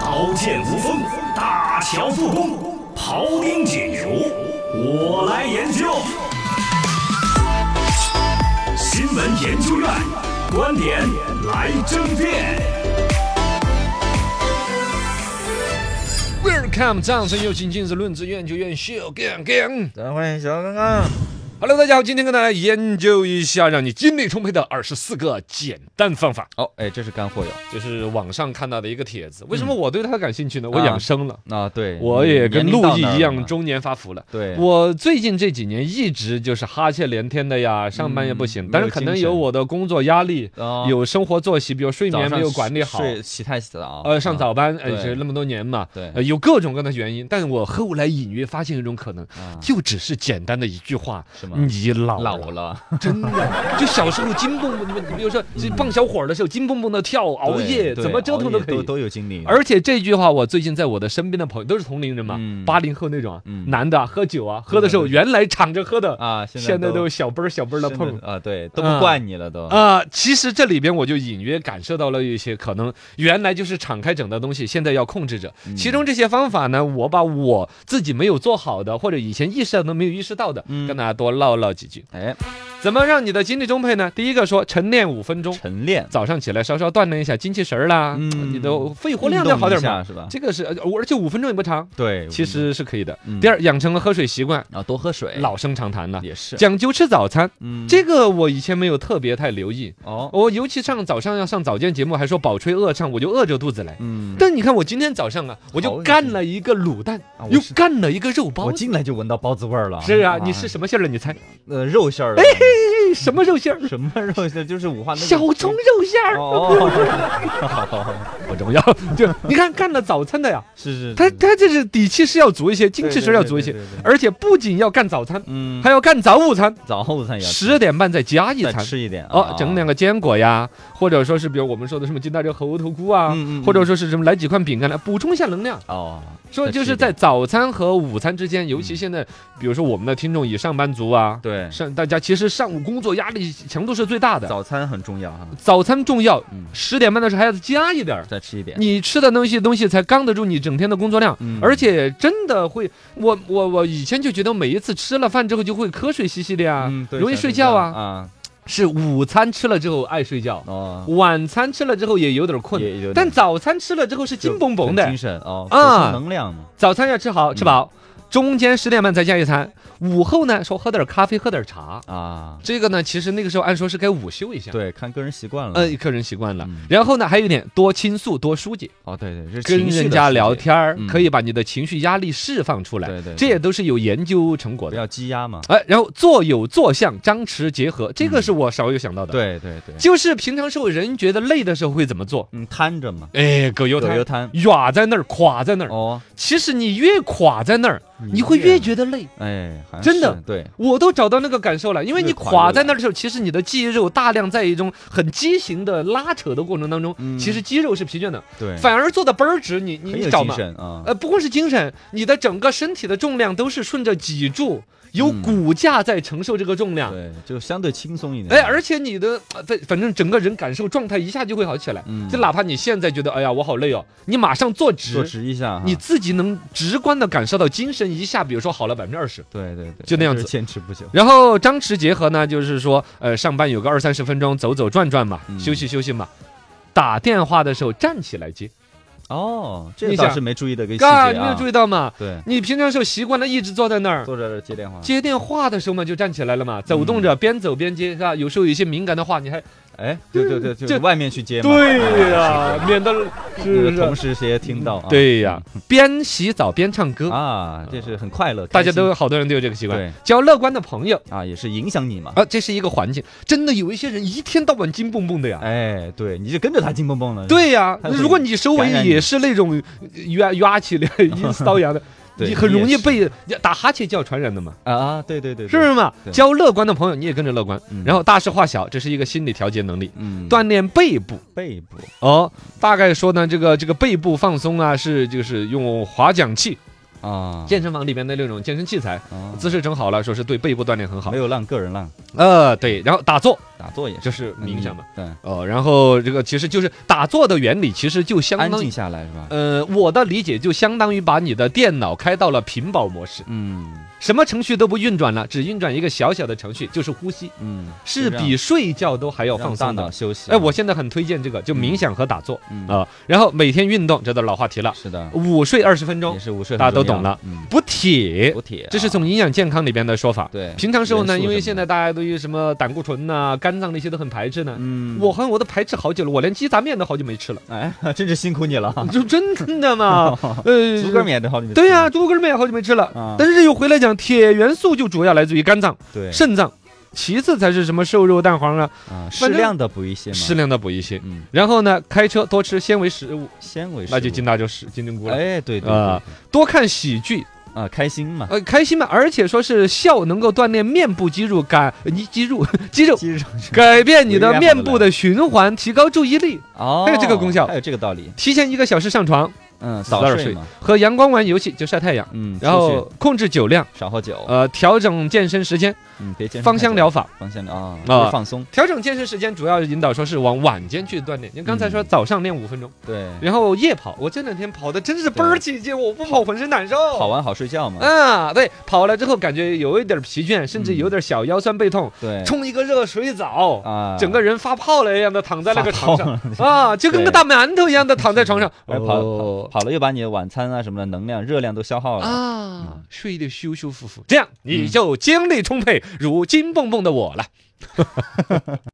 刀剑无锋，大乔做工，庖丁解牛，我来研究。新闻研究院观点来争辩。 Welcome，掌声有请！今日论资研究院小刚刚。咱欢迎小刚刚。 Hello，大家好，今天跟大家研究一下让你精力充沛的二十四个简单方法，哦，哎，这是干货哟。就是网上看到的一个帖子。为什么我对它感兴趣呢？我养生了，嗯啊，对，我你也跟年龄陆到毅那儿一了样，嘛中年发福了。对，我最近这几年一直就是哈欠连天的呀，上班也不行，嗯但是没有可能精神有我的工作压力，啊有生活作息，比如睡早眠上没有管理好，睡起太早，呃，上啊早班，呃，对这那么多年嘛，对呃有各种各样的原因，但我后来隐约发现一种可能，啊就只是简单的一句话是吗，你老嗯老了，了，真的，就小时候金蹦蹦，你们比如说这棒小伙儿的时候，金蹦蹦的跳，熬嗯对夜对怎么折熬腾夜都可都以。都有精力，而且这句话，我最近在我的身边的朋友都是同龄人嘛嗯，八零后那种啊，嗯男的啊喝酒啊，喝的时候对原来敞着喝的，啊，现在在都都小杯儿小杯儿的现在碰。啊，对，都啊不惯你了都啊、其实这里边我就隐约感受到了一些可能原来就是敞开整的东西，现在要控制着。嗯其中这些方法呢，我把我自己没有做好的，或者以前意识到都没有意识到的，嗯跟大家多唠唠几句。哎，怎么让你的精力充沛呢？第一个说晨练五分钟，晨练，早上起来稍稍锻炼一下精气神儿啦，嗯你的肺活运量动要好点一儿嘛下。是吧？这个是，呃而且五分钟也不长，对，其运实是可以的。嗯第二，养成了喝水习惯，动啊，多喝水，老生常谈了，也是，讲究吃早餐，嗯，这个我以前没有特别太留意。哦，我尤其上早上要上早间节目，还说饱吹饿唱，我就饿着肚子来。嗯，但你看我今天早上啊，我就干了一个卤蛋啊，我又是干了一个肉包我子。进来就闻到包子味儿了，是啊，你是什么馅儿的？你猜？呃肉馅儿的，哎，什么肉馅儿？什么肉馅儿？ 就是五花那个小葱肉馅儿，哦，哦不重要。就你看干了早餐的呀，是是，他是他这是底气是要足一些，精气神要足一些嗯对对对对，对而且不仅要干早餐，嗯，还要干早午餐，早午餐也要吃十点半再加一再餐。吃一啊点哦，整两个个坚果呀，或者说是比如我们说的什么金大洲猴头菇啊，嗯嗯嗯或者说是什么来几块饼干来补充一下能量。哦，说再就吃是一在点早餐和午餐之间，尤其现在，比如说我们的听众以上班族啊，嗯对，上大家其实上午工作压力强度是最大的，早餐很重要哈，早餐重要嗯，十点半的时候还要加一点儿。再吃一点，你吃的东西东西才刚得住你整天的工作量，嗯而且真的会，我我我以前就觉得每一次吃了饭之后就会瞌睡兮兮的呀，嗯，对容易想睡睡觉啊啊，是午餐吃了之后爱睡觉，哦，晚餐吃了之后也有点儿困，也有但点早餐吃了之后是就金蹦蹦很精的，神哦，啊补充能量嘛，早餐要吃好吃饱，嗯中间十点半再加一餐，午后呢说喝点咖啡喝点茶，啊，这个呢其实那个时候按说是该午休一下，，对，看个人习惯了，呃，个人习惯了嗯。然后呢还有一点多倾诉多疏解，哦，对对，这是跟情绪的人家疏解聊，天儿嗯可以把你的情绪压力释放出来对，对，这对也都是有研究成果不的。要积压嘛，哎，然后坐有坐相，张弛结合，这个是我少有想到的。，嗯对对对，就是平常时候人觉得累的时候会怎么做？嗯，摊着嘛，哎，葛优葛瘫优。摊，垮在那儿，垮在那儿。哦，嗯其实你越垮在那儿，你会越觉得累。哎，好像真的是对，我都找到那个感受了，因为你越垮垮越在那儿的时候，其实你的肌肉大量在一种很畸形的拉扯的过程当中，嗯其实肌肉是疲倦的，对，反而做的倍儿直，你你很你有找精嘛，神啊，呃，不光是精神，你的整个身体的重量都是顺着脊柱有嗯骨架在承受这个重量，对，就相对轻松一点，呃哎，而且你的呃对，反正整个人感受状态一下就会好起来。嗯就哪怕你现在觉得哎呀我好累哦，你马上坐直，坐直啊一下哈，你自己能直观的感受到精神一下，比如说好了百分之二十。对对对，就那样是子坚持不久。然后张弛结合呢，就是说，呃，上班有个二三十分钟走走转转嘛，嗯休息休息嘛。打电话的时候站起来接，哦，这你个倒想是没注意的一个细节嘎，你没有啊。注意到吗？对，你平常时候习惯了一直坐在那儿， 坐在这儿接电话。接电话的时候嘛就站起来了嗯嘛，走动着边走边接，是吧？有时候有一些敏感的话你还哎，对对对，这就外面去接嘛。对 呀，免得那是个不同是？事也听到啊。对呀，边洗澡边唱歌，啊，这是很快乐，大开家心都好多人都有这个习惯对。交乐观的朋友啊，也是影响你嘛。啊，这是一个环境，真的有一些人一天到晚金蹦蹦的呀。哎，对，你就跟着他金蹦蹦了。， 对呀、它会如果你周围感染你也是那种呃冤冤气 的、阴骚阳的，对你很容易也是被打哈欠叫传染的嘛，啊，对对对，是不对是嘛？对交乐观的朋友，你也跟着乐观，嗯然后大事化小，这是一个心理调节能力。嗯，锻炼背部背部哦，大概说呢，这个这个背部放松啊，是就是用划桨器，啊，健身房里边的那种健身器材，啊姿势整好了，说是对背部锻炼很好没。有浪，个人浪呃，对，然后打坐，打坐也是，嗯就是冥想嘛。对，哦，然后这个其实就是打坐的原理，其实就相安当于静下来是吧？呃，我的理解就相当于把你的电脑开到了屏保模式，嗯什么程序都不运转了，只运转一个小小的程序，就是呼吸，嗯，是比睡觉都还要要放大松脑的。休息。哎，我现在很推荐这个，就冥想和打坐啊、嗯然后每天运动，这都老话题了，是的，午睡二十分钟也，是午睡很重大家要，都懂了嗯，补铁补，铁啊，这是从营养健康里边的说法。对平常时候呢，元素啊因为什现么在的大家对于什么胆固醇呐、肝脏那些都很排斥呢。嗯，我好像我都排斥好久了，我连鸡杂面都好久没 吃了，哎，真是辛苦你了，就真的 嘛，呃，足够免得好你们对呀、猪肉根儿面好久没吃了。啊但是又回来讲，铁元素就主要来自于肝脏、对肾脏，其次才是什么瘦肉、蛋黄啊，啊，适反正量的补一些嘛，适量的补一些。嗯，然后呢，开车多吃纤维食物，纤维那就食物金大就是金针菇了。哎，对对对啊对多看喜剧，啊，开心嘛，呃，开心嘛，而且说是笑能够锻炼面部肌肉感，呃你肌肉 肌肉，肌肉改变你我的一面样部的循环，提高注意力。哦， 还有这个功效还有这个道理，提前一个小时上床，嗯，早点睡睡嘛，，和阳光玩游戏就晒太阳，嗯，然出去后控制酒量，少喝酒，呃，调整健身时间，嗯，别健身芳太香久，疗法。芳香疗啊，啊就是放松，调整健身时间主要引导说是往晚间去锻炼。你刚才说嗯早上练五分钟，对，然后夜跑，我这两天跑的真是倍儿起劲，我不跑浑身难受。好玩好睡觉嘛，啊，对，跑了之后感觉有一点疲倦，甚至有点小腰酸背痛，对，冲一个热水澡。啊，整个人发泡了一样的躺在那个床上发胖了啊，就跟个对大馒头一样的躺在 床上，哎跑跑跑了又把你的晚餐啊什么的能量热量都消耗了，哦啊，睡得舒舒服服，这样你就精力充沛，如金蹦蹦的我了。